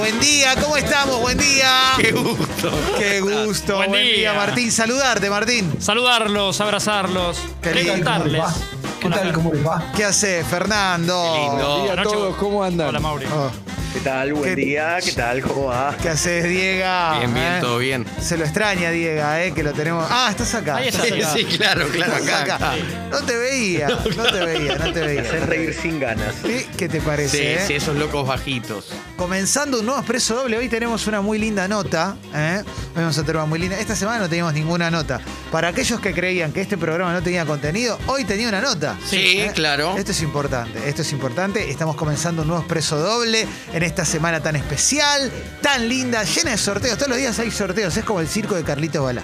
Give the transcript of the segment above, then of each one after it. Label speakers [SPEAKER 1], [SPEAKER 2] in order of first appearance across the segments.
[SPEAKER 1] Buen día, ¿cómo estamos? Buen día.
[SPEAKER 2] Qué gusto.
[SPEAKER 1] Qué gusto.
[SPEAKER 3] Buen
[SPEAKER 1] día.
[SPEAKER 3] día.
[SPEAKER 1] Martín. Saludarte, Martín.
[SPEAKER 3] Saludarlos, abrazarlos,
[SPEAKER 1] Qué lindo.
[SPEAKER 3] preguntarles.
[SPEAKER 4] ¿Qué
[SPEAKER 3] Hola,
[SPEAKER 4] tal?
[SPEAKER 3] Fer.
[SPEAKER 4] ¿Cómo les va?
[SPEAKER 1] ¿Qué hace, Fernando?
[SPEAKER 2] Qué lindo.
[SPEAKER 5] Día a
[SPEAKER 3] Nacho.
[SPEAKER 5] todos, ¿cómo andan?
[SPEAKER 3] Hola, Mauri.
[SPEAKER 1] Oh,
[SPEAKER 6] ¿Qué tal? Buen
[SPEAKER 1] ¿Qué-
[SPEAKER 6] día, ¿qué tal? ¿Cómo va?
[SPEAKER 1] ¿Qué haces, Diego?
[SPEAKER 2] Bien, bien,
[SPEAKER 1] ¿Eh?
[SPEAKER 2] todo bien.
[SPEAKER 1] Se lo extraña, Diego, eh, que lo tenemos. Ah, estás acá.
[SPEAKER 3] Ahí estás
[SPEAKER 1] Estás
[SPEAKER 3] acá.
[SPEAKER 2] Sí, claro, claro, acá.
[SPEAKER 1] acá.
[SPEAKER 2] acá.
[SPEAKER 1] No te veía, no te veía, no te veía.
[SPEAKER 6] Hacer reír sin ganas.
[SPEAKER 1] ¿Sí? ¿Qué te
[SPEAKER 2] Sí,
[SPEAKER 1] parece? eh?
[SPEAKER 2] sí, esos locos bajitos.
[SPEAKER 1] Comenzando un nuevo expreso doble, hoy tenemos una muy linda nota. ¿eh? Hoy vamos a tener una muy linda. Esta semana no teníamos ninguna nota. Para aquellos que creían que este programa no tenía contenido, hoy tenía una nota. ¿eh?
[SPEAKER 2] Sí, claro.
[SPEAKER 1] Esto es importante, esto es importante. Estamos comenzando un nuevo expreso doble en esta semana tan especial, tan linda, llena de sorteos. Todos los días hay sorteos, es como el circo de Carlito Balá.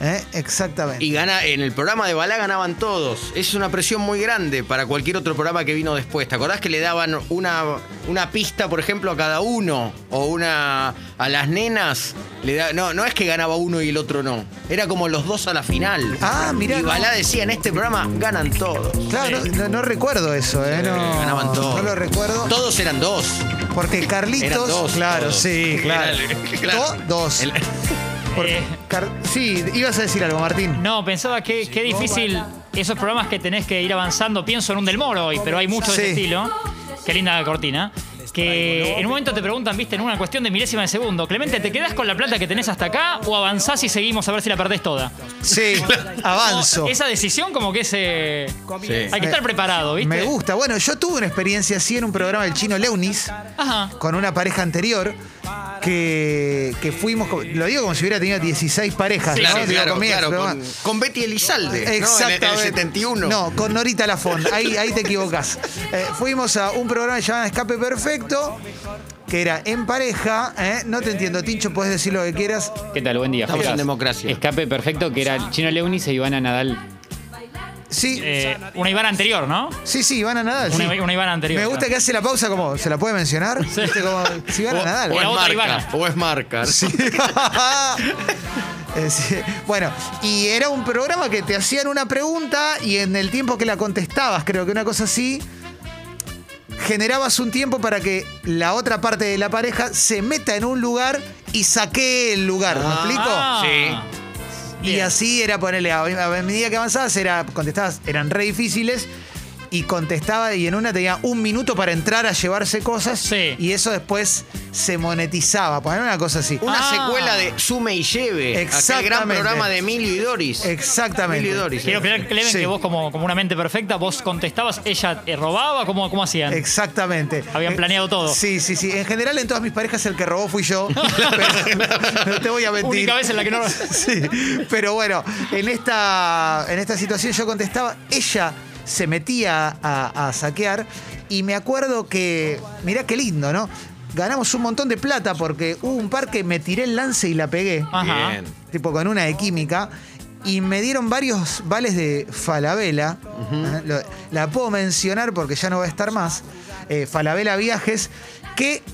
[SPEAKER 1] ¿eh? Exactamente.
[SPEAKER 2] Y gana, en el programa de Balá ganaban todos. Es una presión muy grande para cualquier otro programa que vino después. ¿Te acordás que le daban una, una pista, por ejemplo, a cada uno? O una. a las nenas. Le da, no, no es que ganaba uno y el otro no. Era como los dos a la final.
[SPEAKER 1] Ah, mirá,
[SPEAKER 2] Y
[SPEAKER 1] no.
[SPEAKER 2] Balá decía, en este programa ganan todos.
[SPEAKER 1] Claro, no, no- no recuerdo eso, ¿eh? No,
[SPEAKER 2] Ganaban todos.
[SPEAKER 1] no lo recuerdo.
[SPEAKER 2] Todos eran dos.
[SPEAKER 1] Porque Carlitos.
[SPEAKER 2] Eran dos,
[SPEAKER 1] claro,
[SPEAKER 2] todos.
[SPEAKER 1] sí, eh, claro.
[SPEAKER 2] Era- claro.
[SPEAKER 1] Dos.
[SPEAKER 2] El-
[SPEAKER 3] Eh,
[SPEAKER 1] Car- sí, ibas a decir algo, Martín.
[SPEAKER 3] no, pensaba que qué difícil esos programas que tenés que ir avanzando. Pienso en un del Moro hoy, pero hay mucho de ese
[SPEAKER 1] Sí.
[SPEAKER 3] estilo. Qué linda cortina. Que en un momento te preguntan, viste, en una cuestión de milésima de segundo, Clemente, ¿te quedás con la plata que tenés hasta acá o avanzás y seguimos a ver si la perdés toda?
[SPEAKER 1] Sí, avanzo.
[SPEAKER 3] Como Esa decisión como que se...
[SPEAKER 2] Sí.
[SPEAKER 3] Hay que estar preparado, ¿viste?
[SPEAKER 1] Me gusta. Bueno, yo tuve una experiencia así en un programa del chino Leunis
[SPEAKER 3] Ajá.
[SPEAKER 1] con una pareja anterior que, que fuimos, co- lo digo como si hubiera tenido 16 parejas,
[SPEAKER 3] Sí,
[SPEAKER 1] ¿no?
[SPEAKER 2] Claro,
[SPEAKER 1] Digo,
[SPEAKER 2] claro,
[SPEAKER 1] comidas,
[SPEAKER 2] claro,
[SPEAKER 1] pero
[SPEAKER 2] Con,
[SPEAKER 1] más.
[SPEAKER 2] con Betty Elizalde. ¿no? En el-
[SPEAKER 1] Exactamente.
[SPEAKER 2] En el 71.
[SPEAKER 1] No, con Norita Lafón. Ahí, ahí te equivocás. Eh, fuimos a un programa llamado Escape Perfecto, que era en pareja. ¿eh? No te entiendo, Tincho, puedes decir lo que quieras.
[SPEAKER 7] ¿Qué tal? Buen día.
[SPEAKER 2] Estamos
[SPEAKER 7] Fegas.
[SPEAKER 2] en democracia.
[SPEAKER 7] Escape perfecto que era Chino Leonis e Ivana Nadal.
[SPEAKER 1] Sí,
[SPEAKER 3] Eh, una Ivana anterior, ¿no?
[SPEAKER 1] sí, sí, van a nadar. sí.
[SPEAKER 3] Una, una Ivana anterior.
[SPEAKER 1] Me gusta que hace la pausa como, ¿se la puede mencionar? Viste, como, si van a nadar.
[SPEAKER 2] O
[SPEAKER 3] La
[SPEAKER 2] es
[SPEAKER 3] otra
[SPEAKER 2] marca.
[SPEAKER 3] Ivana.
[SPEAKER 2] O es marca.
[SPEAKER 1] Eh, sí. Bueno, y era un programa que te hacían una pregunta y en el tiempo que la contestabas, creo que una cosa así, generabas un tiempo para que la otra parte de la pareja se meta en un lugar y saque el lugar. ¿Me
[SPEAKER 2] Ah.
[SPEAKER 1] explico?
[SPEAKER 3] Ah,
[SPEAKER 2] Sí.
[SPEAKER 1] Y así era ponerle, a, a medida que avanzabas, era, contestabas, eran re difíciles. Y contestaba, y en una tenía un minuto para entrar a llevarse cosas.
[SPEAKER 3] Sí.
[SPEAKER 1] Y eso después se monetizaba. Poner una cosa así.
[SPEAKER 2] Una
[SPEAKER 3] Ah.
[SPEAKER 2] secuela de Sume y Lleve. Aquel gran
[SPEAKER 1] Exactamente.
[SPEAKER 2] programa de Emilio y Doris.
[SPEAKER 1] Exactamente.
[SPEAKER 2] Emilio y Doris.
[SPEAKER 3] Quiero creer, Clemen,
[SPEAKER 1] Sí.
[SPEAKER 3] que vos como, como una mente perfecta, vos contestabas, ella eh, robaba, ¿cómo, cómo hacían?
[SPEAKER 1] Exactamente.
[SPEAKER 3] Habían
[SPEAKER 1] Eh,
[SPEAKER 3] planeado todo.
[SPEAKER 1] Sí, sí, sí. En general, en todas mis parejas, el que robó fui yo. Pero no te voy a mentir.
[SPEAKER 3] Única vez en la que no...
[SPEAKER 1] Sí, pero bueno, en esta, en esta situación yo contestaba, ella se metía a, a saquear y me acuerdo que, mirá qué lindo, ¿no? Ganamos un montón de plata porque hubo un par que me tiré el lance y la pegué,
[SPEAKER 3] Ajá.
[SPEAKER 2] Bien.
[SPEAKER 1] tipo con una de química, y me dieron varios vales de Falabella, ¿eh? Lo- la puedo mencionar porque ya no va a estar más, eh, Falabella Viajes, que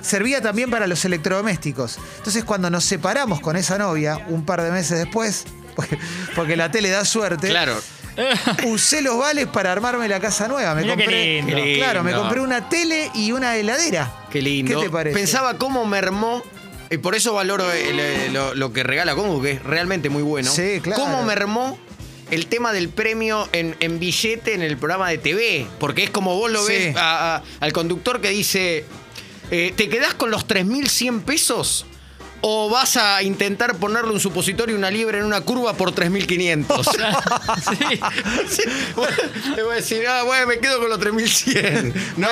[SPEAKER 1] servía también para los electrodomésticos. Entonces, cuando nos separamos con esa novia, un par de meses después, porque, porque la tele da suerte,
[SPEAKER 2] Claro.
[SPEAKER 1] usé los vales para armarme la casa nueva. Me
[SPEAKER 3] Mirá qué
[SPEAKER 1] compré,
[SPEAKER 3] lindo.
[SPEAKER 2] Qué
[SPEAKER 1] Claro, me
[SPEAKER 2] lindo.
[SPEAKER 1] compré una tele y una heladera.
[SPEAKER 2] Qué lindo.
[SPEAKER 1] ¿Qué te parece?
[SPEAKER 2] Pensaba cómo mermó. Y por eso valoro el, eh, lo, lo que regala Congo, que es realmente muy bueno.
[SPEAKER 1] Sí, claro.
[SPEAKER 2] ¿Cómo mermó el tema del premio en, en billete en el programa de TV? Porque es como vos lo
[SPEAKER 1] Sí.
[SPEAKER 2] ves a- a- al conductor que dice: eh, ¿te quedás con los 3.100 pesos? ¿O vas a intentar ponerle un supositorio y una libra en una curva por 3.500? sí. Bueno, Le voy a decir, ah, bueno, me quedo con los 3.100. No,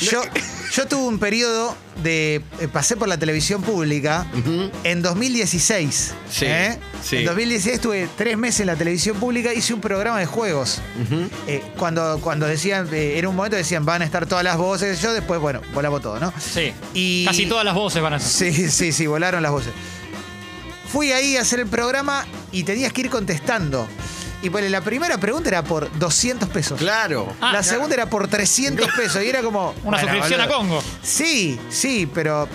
[SPEAKER 1] Yo, yo tuve un periodo de. eh, pasé por la televisión pública
[SPEAKER 2] Ujú.
[SPEAKER 1] en 2016.
[SPEAKER 2] Sí,
[SPEAKER 1] ¿eh?
[SPEAKER 2] sí.
[SPEAKER 1] En 2016 estuve tres meses en la televisión pública, hice un programa de juegos.
[SPEAKER 2] Ujú.
[SPEAKER 1] Eh, cuando, cuando decían, eh, en un momento decían van a estar todas las voces, yo después, bueno, volamos todo, ¿no?
[SPEAKER 3] Sí.
[SPEAKER 1] Y-
[SPEAKER 3] Casi todas las voces van a ser.
[SPEAKER 1] Sí, sí, sí, volaron las voces. Fui ahí a hacer el programa y tenías que ir contestando. Y bueno, la primera pregunta era por 200 pesos.
[SPEAKER 2] Claro.
[SPEAKER 3] Ah,
[SPEAKER 1] la
[SPEAKER 3] claro.
[SPEAKER 1] segunda era por 300 pesos y era como...
[SPEAKER 3] Una suscripción a Congo.
[SPEAKER 1] Sí, sí, pero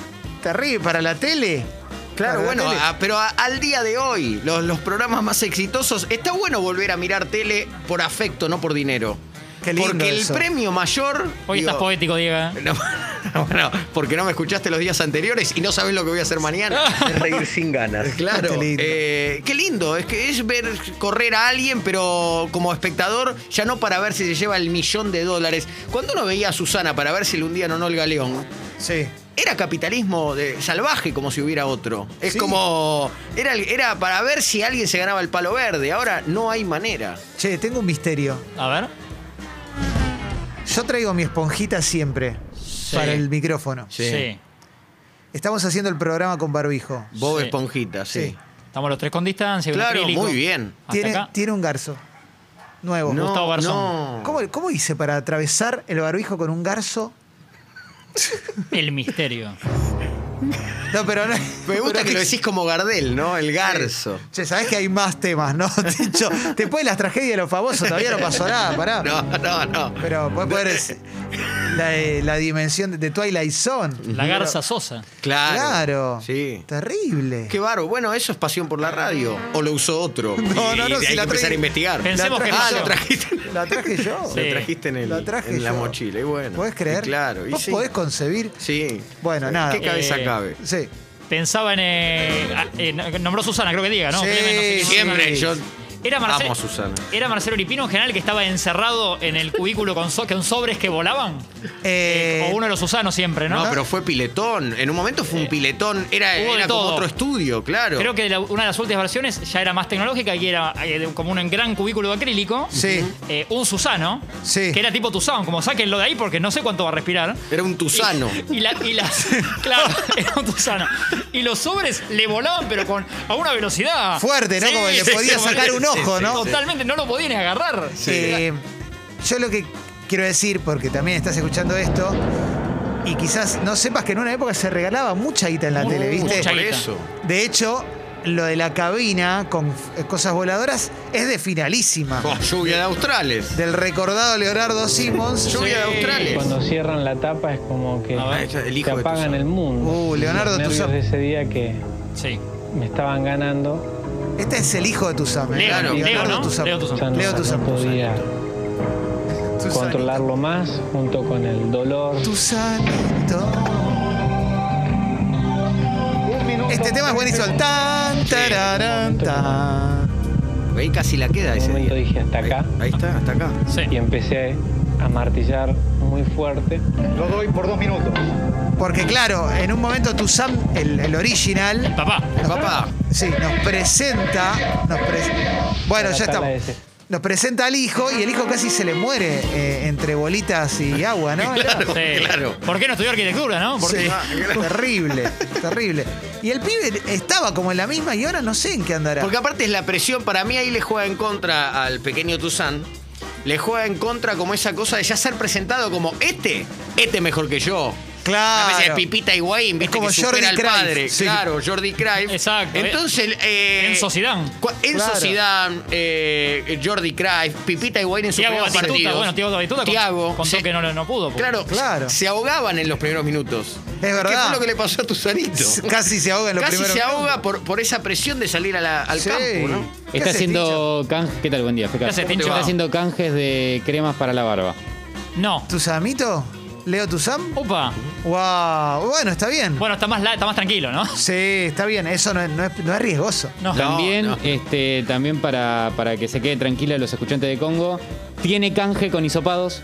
[SPEAKER 1] terrible, para la tele. Para
[SPEAKER 2] Claro,
[SPEAKER 1] la
[SPEAKER 2] bueno,
[SPEAKER 1] tele.
[SPEAKER 2] a- pero a- al día de hoy, los, los programas más exitosos, está bueno volver a mirar tele por afecto, no por dinero.
[SPEAKER 1] Qué lindo
[SPEAKER 2] Porque
[SPEAKER 1] eso.
[SPEAKER 2] el premio mayor.
[SPEAKER 3] Hoy
[SPEAKER 2] digo,
[SPEAKER 3] estás poético, Diego. ¿eh?
[SPEAKER 2] no, bueno, porque no me escuchaste los días anteriores y no sabes lo que voy a hacer mañana.
[SPEAKER 6] Es reír sin ganas.
[SPEAKER 2] Claro.
[SPEAKER 1] Qué lindo.
[SPEAKER 2] eh, qué lindo. Es que es ver correr a alguien, pero como espectador, ya no para ver si se lleva el millón de dólares. Cuando uno veía a Susana para ver si le hundían o no el galeón,
[SPEAKER 1] Sí.
[SPEAKER 2] era capitalismo de- salvaje como si hubiera otro. Es
[SPEAKER 1] Sí.
[SPEAKER 2] como. Era, era para ver si alguien se ganaba el palo verde. Ahora no hay manera.
[SPEAKER 1] Che, tengo un misterio.
[SPEAKER 3] A ver.
[SPEAKER 1] Yo traigo mi esponjita siempre para el micrófono.
[SPEAKER 2] Sí.
[SPEAKER 1] Estamos haciendo el programa con barbijo.
[SPEAKER 2] Bob
[SPEAKER 3] Sí.
[SPEAKER 2] Esponjita, sí.
[SPEAKER 1] Sí.
[SPEAKER 3] Estamos los tres con distancia. un
[SPEAKER 2] Claro,
[SPEAKER 3] acrílico.
[SPEAKER 2] muy bien.
[SPEAKER 3] Hasta
[SPEAKER 1] Tiene,
[SPEAKER 3] acá.
[SPEAKER 1] tiene un garzo. Nuevo.
[SPEAKER 2] No,
[SPEAKER 3] Gustavo Garzón.
[SPEAKER 2] no.
[SPEAKER 1] ¿Cómo, cómo hice para atravesar el barbijo con un garzo?
[SPEAKER 3] El misterio.
[SPEAKER 1] No, pero no.
[SPEAKER 2] Me gusta
[SPEAKER 1] pero
[SPEAKER 2] que lo decís como Gardel, ¿no? El garzo.
[SPEAKER 1] Che, sabés que hay más temas, ¿no? Ticho, después de las tragedias de los famosos todavía no pasó nada, pará.
[SPEAKER 2] No, no, no.
[SPEAKER 1] Pero puede poder. La, de- la dimensión de, de Twilight Zone.
[SPEAKER 3] La garza sosa.
[SPEAKER 2] Claro.
[SPEAKER 1] Claro.
[SPEAKER 2] Sí.
[SPEAKER 1] Terrible.
[SPEAKER 2] Qué baro. Bueno, eso es pasión por la radio. O lo usó otro.
[SPEAKER 1] No,
[SPEAKER 2] Y-
[SPEAKER 1] no, no,
[SPEAKER 2] y
[SPEAKER 1] si
[SPEAKER 2] hay que
[SPEAKER 1] la
[SPEAKER 2] empezar
[SPEAKER 1] traje-
[SPEAKER 2] a investigar.
[SPEAKER 3] Pensemos
[SPEAKER 1] La
[SPEAKER 3] que
[SPEAKER 1] tra-
[SPEAKER 3] no
[SPEAKER 2] ah,
[SPEAKER 1] yo.
[SPEAKER 2] lo trajiste.
[SPEAKER 1] La traje yo.
[SPEAKER 3] Sí.
[SPEAKER 2] Lo trajiste en, el,
[SPEAKER 1] La traje
[SPEAKER 2] en la
[SPEAKER 1] yo.
[SPEAKER 2] mochila. Y bueno.
[SPEAKER 1] ¿Podés creer?
[SPEAKER 2] Y claro. Y
[SPEAKER 1] ¿Vos
[SPEAKER 2] sí.
[SPEAKER 1] podés concebir?
[SPEAKER 2] Sí.
[SPEAKER 1] Bueno,
[SPEAKER 2] Sí.
[SPEAKER 1] nada.
[SPEAKER 2] ¿Qué cabeza
[SPEAKER 3] Eh,
[SPEAKER 2] cabe?
[SPEAKER 1] Sí.
[SPEAKER 3] Pensaba en. eh, ah, eh, nombró Susana, creo que diga, ¿no?
[SPEAKER 1] Sí,
[SPEAKER 3] Clemen, no sé qué.
[SPEAKER 2] Siempre yo
[SPEAKER 3] Era Marcelo.
[SPEAKER 2] amo a Susana.
[SPEAKER 3] Era Marcelo Lipino en general que estaba encerrado en el cubículo con, so- con sobres que volaban.
[SPEAKER 1] Eh,
[SPEAKER 3] o uno de los Susanos siempre, ¿no? Eh,
[SPEAKER 2] No, pero fue piletón. En un momento fue un piletón. Era,
[SPEAKER 3] Hubo de
[SPEAKER 2] era como
[SPEAKER 3] todo.
[SPEAKER 2] otro estudio, claro.
[SPEAKER 3] Creo que la- una de las últimas versiones ya era más tecnológica y era eh, de- como un gran cubículo de acrílico.
[SPEAKER 1] Sí.
[SPEAKER 3] Eh, un Susano.
[SPEAKER 1] Sí.
[SPEAKER 3] Que era tipo Tusano, como sáquenlo de ahí porque no sé cuánto va a respirar.
[SPEAKER 2] Era un tusano.
[SPEAKER 3] Y, y la- y las. claro, era un Tusano. Y los sobres le volaban, pero con a una velocidad.
[SPEAKER 1] Fuerte, ¿no? Como que le
[SPEAKER 3] sí,
[SPEAKER 1] podía
[SPEAKER 3] como
[SPEAKER 1] sacar
[SPEAKER 3] que-
[SPEAKER 1] un ojo, ¿no?
[SPEAKER 3] Totalmente, no lo podía ni agarrar.
[SPEAKER 1] Eh, yo lo que quiero decir, porque también estás escuchando esto, y quizás no sepas que en una época se regalaba mucha guita en la
[SPEAKER 3] Mu-
[SPEAKER 1] tele, ¿viste?
[SPEAKER 3] mucha
[SPEAKER 2] Por
[SPEAKER 3] guita.
[SPEAKER 2] eso.
[SPEAKER 1] De hecho, lo de la cabina con f- eh, cosas voladoras es de finalísima.
[SPEAKER 2] Oh, lluvia de australes.
[SPEAKER 1] Del recordado Leonardo Simmons.
[SPEAKER 2] Lluvia de
[SPEAKER 3] Sí.
[SPEAKER 2] australes.
[SPEAKER 4] Cuando cierran la tapa es como que
[SPEAKER 3] A ver,
[SPEAKER 2] Ah, el
[SPEAKER 4] te
[SPEAKER 2] hijo de
[SPEAKER 4] apagan
[SPEAKER 2] Tuzán.
[SPEAKER 4] el mundo.
[SPEAKER 1] Uh, Leonardo
[SPEAKER 4] Los nervios
[SPEAKER 1] Tuzán.
[SPEAKER 4] de ese día que
[SPEAKER 3] Sí.
[SPEAKER 4] me estaban ganando.
[SPEAKER 1] Este es el hijo de Tuzame.
[SPEAKER 3] Leo,
[SPEAKER 2] Claro.
[SPEAKER 3] Leo,
[SPEAKER 1] Leonardo
[SPEAKER 3] ¿no?
[SPEAKER 1] Tuzán.
[SPEAKER 3] Leo Tuzán.
[SPEAKER 4] Ya no,
[SPEAKER 1] Leo
[SPEAKER 4] no
[SPEAKER 1] Tuzán.
[SPEAKER 4] podía
[SPEAKER 1] Tuzanito.
[SPEAKER 4] controlarlo más junto con el dolor.
[SPEAKER 1] Tuzanito. Este tema es buenísimo. Tan, tararán, tan.
[SPEAKER 2] Ahí casi la queda
[SPEAKER 4] En un
[SPEAKER 2] ese
[SPEAKER 4] momento
[SPEAKER 2] día.
[SPEAKER 4] dije hasta acá
[SPEAKER 2] Ahí está, hasta acá.
[SPEAKER 3] Sí.
[SPEAKER 4] y empecé a martillar muy fuerte.
[SPEAKER 6] Lo doy por dos minutos.
[SPEAKER 1] Porque claro, en un momento Tuzam, el, el original,
[SPEAKER 3] Papá.
[SPEAKER 2] Papá.
[SPEAKER 1] sí, nos presenta. Nos pres- bueno,
[SPEAKER 4] Para
[SPEAKER 1] ya
[SPEAKER 4] acá
[SPEAKER 1] estamos.
[SPEAKER 4] la S.
[SPEAKER 1] Nos presenta al hijo y el hijo casi se le muere eh, entre bolitas y agua, ¿no?
[SPEAKER 2] Claro,
[SPEAKER 3] Ah, Sí.
[SPEAKER 2] claro.
[SPEAKER 3] ¿Por qué no estudió arquitectura, no? ¿Por
[SPEAKER 1] Sí.
[SPEAKER 3] qué?
[SPEAKER 1] Terrible, terrible. Y el pibe estaba como en la misma y ahora no sé en qué andará.
[SPEAKER 2] Porque aparte es la presión, para mí ahí le juega en contra al pequeño Tuzán. Le juega en contra como esa cosa de ya ser presentado como este, este mejor que yo. Una especie de
[SPEAKER 1] Ah, claro.
[SPEAKER 2] Pipita Higuaín, viste
[SPEAKER 1] como
[SPEAKER 2] que supera
[SPEAKER 1] Jordi
[SPEAKER 2] al
[SPEAKER 1] Cruyff,
[SPEAKER 2] padre.
[SPEAKER 1] sí.
[SPEAKER 2] Claro, Jordi Cruyff.
[SPEAKER 3] Exacto.
[SPEAKER 2] Entonces, eh,
[SPEAKER 3] En sociedad.
[SPEAKER 2] cua- En
[SPEAKER 1] Claro.
[SPEAKER 2] sociedad, eh, Jordi Cruyff, Pipita Higuaín en sus
[SPEAKER 3] Tiago
[SPEAKER 2] primeros
[SPEAKER 3] Batituta,
[SPEAKER 2] partidos.
[SPEAKER 3] bueno, Tiago Batituta
[SPEAKER 2] Tiago,
[SPEAKER 3] con- contó
[SPEAKER 2] se-
[SPEAKER 3] que no, lo- no pudo. porque-
[SPEAKER 2] Claro,
[SPEAKER 1] Claro.
[SPEAKER 2] se ahogaban en los primeros minutos. ¿Qué
[SPEAKER 1] verdad.
[SPEAKER 2] fue lo que le pasó a Tuzanito?
[SPEAKER 1] Casi se ahoga en lo
[SPEAKER 2] Casi
[SPEAKER 1] primero.
[SPEAKER 2] se ahoga por, por esa presión de salir a la- al
[SPEAKER 1] Sí.
[SPEAKER 2] campo, ¿no?
[SPEAKER 1] ¿Qué
[SPEAKER 7] Está
[SPEAKER 1] haces,
[SPEAKER 7] haciendo canjes. ¿Qué tal? Buen día, Feca.
[SPEAKER 3] ¿Qué haces, Tincho?
[SPEAKER 7] Está haciendo canjes de cremas para la barba.
[SPEAKER 3] No.
[SPEAKER 1] ¿Tuzamito? ¿Leo Tuzam?
[SPEAKER 3] Opa.
[SPEAKER 1] Wow. Bueno, está bien.
[SPEAKER 3] Bueno, está más, la- está más tranquilo, ¿no?
[SPEAKER 1] Sí, está bien. Eso no es, no es- no es riesgoso.
[SPEAKER 3] No.
[SPEAKER 7] También,
[SPEAKER 2] no.
[SPEAKER 7] Este, también para, para que se quede tranquila los escuchantes de Congo, tiene canje con hisopados.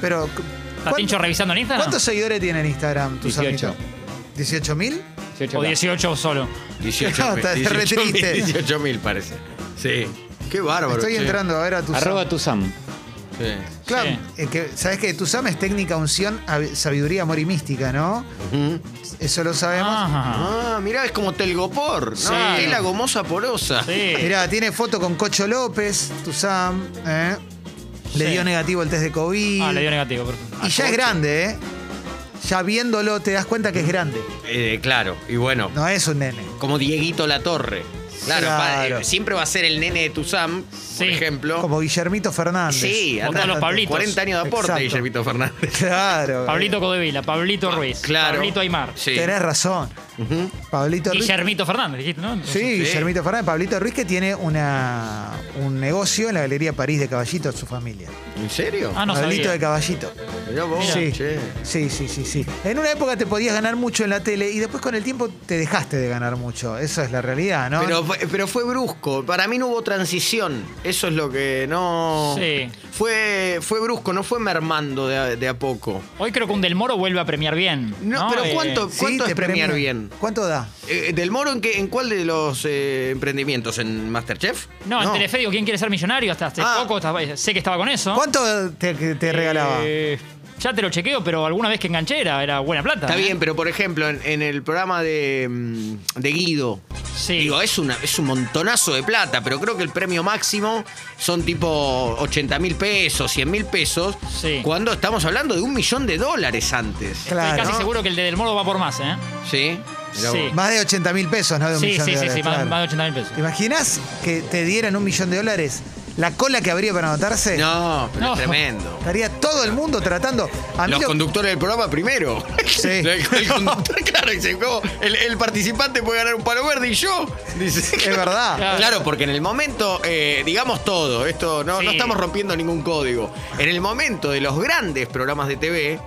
[SPEAKER 1] Pero. cu-
[SPEAKER 3] ¿Está
[SPEAKER 1] ¿cuánto-
[SPEAKER 3] Tincho revisando en Instagram?
[SPEAKER 1] ¿Cuántos seguidores tiene en Instagram, Tuzamito?
[SPEAKER 7] 18.
[SPEAKER 1] 18. mil?
[SPEAKER 3] O 18 solo.
[SPEAKER 2] 18
[SPEAKER 1] No, está re triste.
[SPEAKER 2] 18 mil parece. Sí. Qué bárbaro.
[SPEAKER 1] Estoy
[SPEAKER 2] che.
[SPEAKER 1] entrando a ver a Tuzam.
[SPEAKER 7] Arroba Tuzam.
[SPEAKER 2] Sí.
[SPEAKER 1] Claro,
[SPEAKER 3] Sí.
[SPEAKER 1] es que, ¿sabes que Tuzam es técnica, unción, hab- sabiduría, amor y mística, ¿no?
[SPEAKER 2] Ujú.
[SPEAKER 1] Eso lo sabemos.
[SPEAKER 3] Ajá.
[SPEAKER 2] Ah, mirá, es como telgopor.
[SPEAKER 3] Sí.
[SPEAKER 2] No, tela gomosa porosa.
[SPEAKER 3] Sí.
[SPEAKER 1] Mirá, tiene foto con Cocho López, Tuzam, ¿eh? Le
[SPEAKER 3] Sí.
[SPEAKER 1] dio negativo el test de COVID.
[SPEAKER 3] Ah, le dio negativo. perfecto.
[SPEAKER 1] y ya es grande, ¿eh? Ya viéndolo te das cuenta que es grande.
[SPEAKER 2] Eh, claro, y bueno,
[SPEAKER 1] No es un nene.
[SPEAKER 2] como Dieguito La Torre. Claro, pa- eh,
[SPEAKER 1] Claro.
[SPEAKER 2] siempre va a ser el nene de Tuzam, por
[SPEAKER 3] Sí.
[SPEAKER 2] ejemplo.
[SPEAKER 1] Como Guillermito Fernández.
[SPEAKER 2] sí,
[SPEAKER 3] O todos
[SPEAKER 2] anda-
[SPEAKER 3] los Pablitos.
[SPEAKER 2] 40 años de aporte,
[SPEAKER 1] Exacto.
[SPEAKER 2] Guillermito Fernández.
[SPEAKER 1] Claro.
[SPEAKER 3] Ah. Pablito Codevila, Pablito Ruiz,
[SPEAKER 2] Ah, Claro.
[SPEAKER 3] Pablito Aymar,
[SPEAKER 2] Sí.
[SPEAKER 1] Tenés razón.
[SPEAKER 2] Ujú.
[SPEAKER 1] Pablito Ruiz.
[SPEAKER 3] Guillermito Fernández, dijiste, ¿no?
[SPEAKER 1] Sí,
[SPEAKER 2] Sí.
[SPEAKER 1] Guillermito Fernández. Pablito Ruiz que tiene una, un negocio en la Galería París de Caballito, su familia.
[SPEAKER 2] ¿En serio?
[SPEAKER 3] Ah, no
[SPEAKER 1] Pablito
[SPEAKER 3] sabía.
[SPEAKER 1] de Caballito.
[SPEAKER 2] Mirá vos,
[SPEAKER 1] Sí.
[SPEAKER 2] che.
[SPEAKER 1] sí, sí, sí, sí. En una época te podías ganar mucho en la tele y después con el tiempo te dejaste de ganar mucho. Eso es la realidad, ¿no?
[SPEAKER 2] Pero, fue- pero fue brusco. Para mí no hubo transición. Eso es lo que no.
[SPEAKER 3] Sí.
[SPEAKER 2] Fue, fue brusco, no fue mermando de a, de a poco.
[SPEAKER 3] Hoy creo que un Del Moro vuelve a premiar bien.
[SPEAKER 2] No,
[SPEAKER 3] ¿no?
[SPEAKER 2] pero
[SPEAKER 3] Eh,
[SPEAKER 2] ¿cuánto,
[SPEAKER 1] Sí,
[SPEAKER 2] cuánto
[SPEAKER 1] te
[SPEAKER 2] es premiar
[SPEAKER 1] premia.
[SPEAKER 2] bien?
[SPEAKER 1] ¿Cuánto da?
[SPEAKER 2] Eh, ¿Del Moro en, qué- en cuál de los eh, emprendimientos? ¿En Masterchef?
[SPEAKER 3] Eh, No, en Telefe digo, ¿quién quiere ser millonario? Hasta hace
[SPEAKER 2] Ah.
[SPEAKER 3] poco estaba- sé que estaba con eso.
[SPEAKER 1] ¿Cuánto te, que te regalaba?
[SPEAKER 3] Eh, ya te lo chequeo, pero alguna vez que enganché era, era buena plata.
[SPEAKER 2] Está
[SPEAKER 3] ¿eh?
[SPEAKER 2] bien, pero por ejemplo, en, en el programa de, mm, de Guido,
[SPEAKER 3] Sí.
[SPEAKER 2] digo, es, una, es un montonazo de plata, pero creo que el premio máximo son tipo 80 mil pesos, 100 mil pesos,
[SPEAKER 3] Sí.
[SPEAKER 2] cuando estamos hablando de un millón de dólares antes.
[SPEAKER 1] Claro.
[SPEAKER 3] Estoy casi
[SPEAKER 2] ¿no?
[SPEAKER 3] seguro que el de Del Moro va por más, ¿eh?
[SPEAKER 2] Sí. Mirá
[SPEAKER 3] Sí.
[SPEAKER 2] vos.
[SPEAKER 1] Más de 80 mil pesos, ¿no? De un
[SPEAKER 3] Sí,
[SPEAKER 1] millón
[SPEAKER 3] sí,
[SPEAKER 1] de
[SPEAKER 3] sí,
[SPEAKER 1] dólares,
[SPEAKER 3] sí, más,
[SPEAKER 1] claro.
[SPEAKER 3] más de 80 mil pesos.
[SPEAKER 1] ¿Te imaginas que te dieran un millón de dólares? ¿La cola que habría para anotarse?
[SPEAKER 2] No, pero
[SPEAKER 3] No.
[SPEAKER 2] es tremendo.
[SPEAKER 1] Estaría todo el mundo tratando. A mí
[SPEAKER 2] Los
[SPEAKER 1] lo-
[SPEAKER 2] conductores del programa primero.
[SPEAKER 1] Sí.
[SPEAKER 2] El, el conductor, claro, dice, ¿cómo? El, el participante puede ganar un palo verde y yo. Dice,
[SPEAKER 1] Es verdad.
[SPEAKER 3] Claro.
[SPEAKER 2] Claro, porque en el momento, eh, digamos todo, esto no,
[SPEAKER 3] Sí.
[SPEAKER 2] no estamos rompiendo ningún código. En el momento de los grandes programas de TV,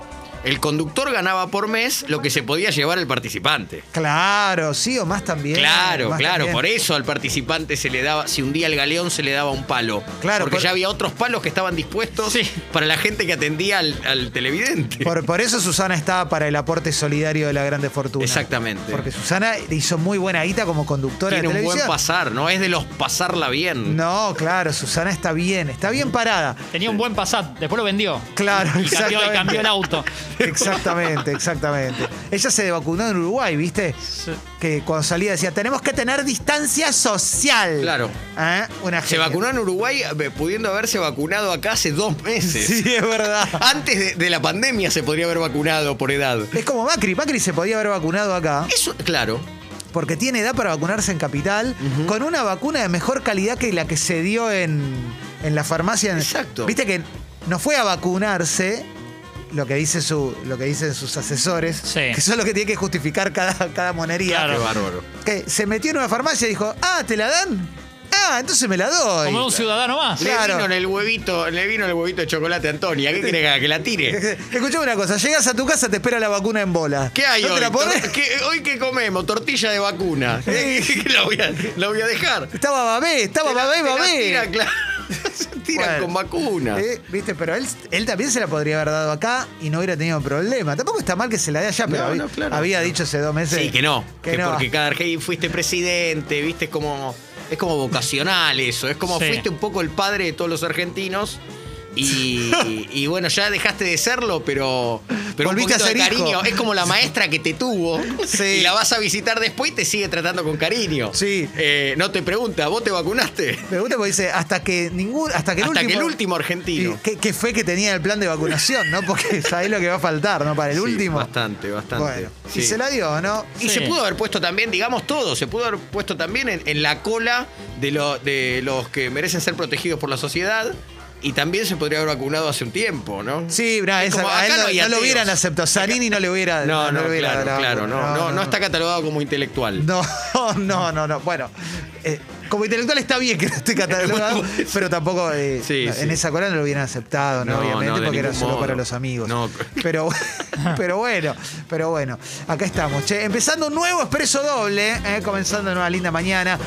[SPEAKER 2] el conductor ganaba por mes lo que se podía llevar el participante.
[SPEAKER 1] Claro, sí o más también.
[SPEAKER 2] claro,
[SPEAKER 1] más
[SPEAKER 2] claro,
[SPEAKER 1] también.
[SPEAKER 2] por eso al participante se le daba, si hundía el galeón se le daba un palo.
[SPEAKER 1] Claro,
[SPEAKER 2] porque
[SPEAKER 1] por-
[SPEAKER 2] ya había otros palos que estaban dispuestos
[SPEAKER 3] Sí.
[SPEAKER 2] para la gente que atendía al, al televidente.
[SPEAKER 1] Por, por eso Susana estaba para el aporte solidario de la grande fortuna.
[SPEAKER 2] Exactamente.
[SPEAKER 1] Porque Susana hizo muy buena guita como conductora
[SPEAKER 2] Tiene
[SPEAKER 1] de
[SPEAKER 2] un buen
[SPEAKER 1] televisión.
[SPEAKER 2] pasar, no es de los pasarla bien.
[SPEAKER 1] no, claro, Susana está bien, está bien parada.
[SPEAKER 3] Tenía un buen Passat, después lo vendió.
[SPEAKER 1] Claro,
[SPEAKER 3] Y cambió, y
[SPEAKER 1] exactamente.
[SPEAKER 3] cambió el auto.
[SPEAKER 1] Exactamente, exactamente. Ella se vacunó en Uruguay, ¿viste? Que cuando salía decía, tenemos que tener distancia social.
[SPEAKER 2] Claro.
[SPEAKER 1] ¿Eh? Una
[SPEAKER 2] Se
[SPEAKER 1] genia.
[SPEAKER 2] vacunó en Uruguay eh, pudiendo haberse vacunado acá hace dos meses.
[SPEAKER 1] Sí, es verdad.
[SPEAKER 2] Antes de, de la pandemia se podría haber vacunado por edad.
[SPEAKER 1] Es como Macri. Macri se podía haber vacunado acá
[SPEAKER 2] Eso, claro.
[SPEAKER 1] porque tiene edad para vacunarse en Capital con una vacuna de mejor calidad que la que se dio en, en la farmacia. en-
[SPEAKER 2] Exacto.
[SPEAKER 1] Viste que no fue a vacunarse. Lo que, dice su, lo que dicen sus asesores,
[SPEAKER 3] Sí.
[SPEAKER 1] que son los que tienen que justificar cada, cada monería.
[SPEAKER 3] Claro.
[SPEAKER 2] Qué bárbaro.
[SPEAKER 1] Que se metió en una farmacia y dijo, ah, ¿te la dan? Ah, entonces me la doy.
[SPEAKER 3] Como un ciudadano más.
[SPEAKER 1] Claro.
[SPEAKER 2] Le vino en el huevito, le vino en el huevito de chocolate a Antonia. ¿Qué quiere que haga? Que la tire.
[SPEAKER 1] Escuchame una cosa, llegas a tu casa, te espera la vacuna en bola.
[SPEAKER 2] ¿Qué hay
[SPEAKER 1] ¿No
[SPEAKER 2] hoy?
[SPEAKER 1] te la pones?
[SPEAKER 2] Tor- ¿Qué- hoy qué comemos? Tortilla de vacuna. la, voy a, la voy a dejar.
[SPEAKER 1] Estaba babé, estaba
[SPEAKER 2] Te la-
[SPEAKER 1] babé,
[SPEAKER 2] te la
[SPEAKER 1] babé.
[SPEAKER 2] Tira, claro. Se tiran
[SPEAKER 1] Bueno.
[SPEAKER 2] con vacuna.
[SPEAKER 1] Eh, Viste, pero él, él también se la podría haber dado acá y no hubiera tenido problema. Tampoco está mal que se la dé allá, pero
[SPEAKER 2] No,
[SPEAKER 1] había,
[SPEAKER 2] no, claro.
[SPEAKER 1] había dicho hace dos meses.
[SPEAKER 2] Sí, que no.
[SPEAKER 1] Que
[SPEAKER 2] Que,
[SPEAKER 1] no.
[SPEAKER 2] porque cada argentino fuiste presidente, viste, es como. Es como vocacional eso. Es como
[SPEAKER 3] Sí.
[SPEAKER 2] fuiste un poco el padre de todos los argentinos. Y, y bueno, ya dejaste de serlo, pero, pero un
[SPEAKER 1] Volviste a
[SPEAKER 2] poquito de
[SPEAKER 1] ser hijo.
[SPEAKER 2] cariño. Es como la maestra que te tuvo
[SPEAKER 1] Sí.
[SPEAKER 2] y la vas a visitar después y te sigue tratando con cariño.
[SPEAKER 1] Sí.
[SPEAKER 2] Eh, no te pregunta, ¿vos te vacunaste?
[SPEAKER 1] Me gusta porque dice, hasta que ningún. Hasta que el
[SPEAKER 2] Hasta
[SPEAKER 1] último.
[SPEAKER 2] que el último argentino.
[SPEAKER 1] Y ¿Qué, qué fe que tenía el plan de vacunación, ¿no? Porque sabés lo que va a faltar, ¿no? Para el
[SPEAKER 2] Sí,
[SPEAKER 1] último.
[SPEAKER 2] Bastante, bastante.
[SPEAKER 1] Bueno,
[SPEAKER 2] Sí.
[SPEAKER 1] y se la dio, ¿no?
[SPEAKER 2] Y
[SPEAKER 3] Sí.
[SPEAKER 2] se pudo haber puesto también, digamos todo, se pudo haber puesto también en, en la cola de, lo- de los que merecen ser protegidos por la sociedad y también se podría haber vacunado hace un tiempo, ¿no?
[SPEAKER 1] Sí, nah,
[SPEAKER 2] Es
[SPEAKER 1] esa-
[SPEAKER 2] como,
[SPEAKER 1] a
[SPEAKER 2] acá
[SPEAKER 1] él no,
[SPEAKER 2] hay
[SPEAKER 1] no lo
[SPEAKER 2] ateos.
[SPEAKER 1] hubieran aceptado. Zanini no le hubiera.
[SPEAKER 2] No, no,
[SPEAKER 1] le hubiera
[SPEAKER 2] claro,
[SPEAKER 1] dado la
[SPEAKER 2] claro,
[SPEAKER 1] vacuna.
[SPEAKER 2] no, no, no está catalogado como intelectual.
[SPEAKER 1] No, no, no, no. Bueno, eh, como intelectual está bien que no esté catalogado, pero tampoco eh,
[SPEAKER 2] Sí,
[SPEAKER 1] no,
[SPEAKER 2] sí.
[SPEAKER 1] en esa cola no lo hubieran aceptado, ¿no?
[SPEAKER 2] No, no,
[SPEAKER 1] Obviamente,
[SPEAKER 2] de
[SPEAKER 1] porque era
[SPEAKER 2] ningún
[SPEAKER 1] solo
[SPEAKER 2] modo.
[SPEAKER 1] para los amigos.
[SPEAKER 2] No.
[SPEAKER 1] Pero, pero bueno, pero bueno, acá estamos. Che, empezando un nuevo expreso doble, eh, comenzando una linda mañana.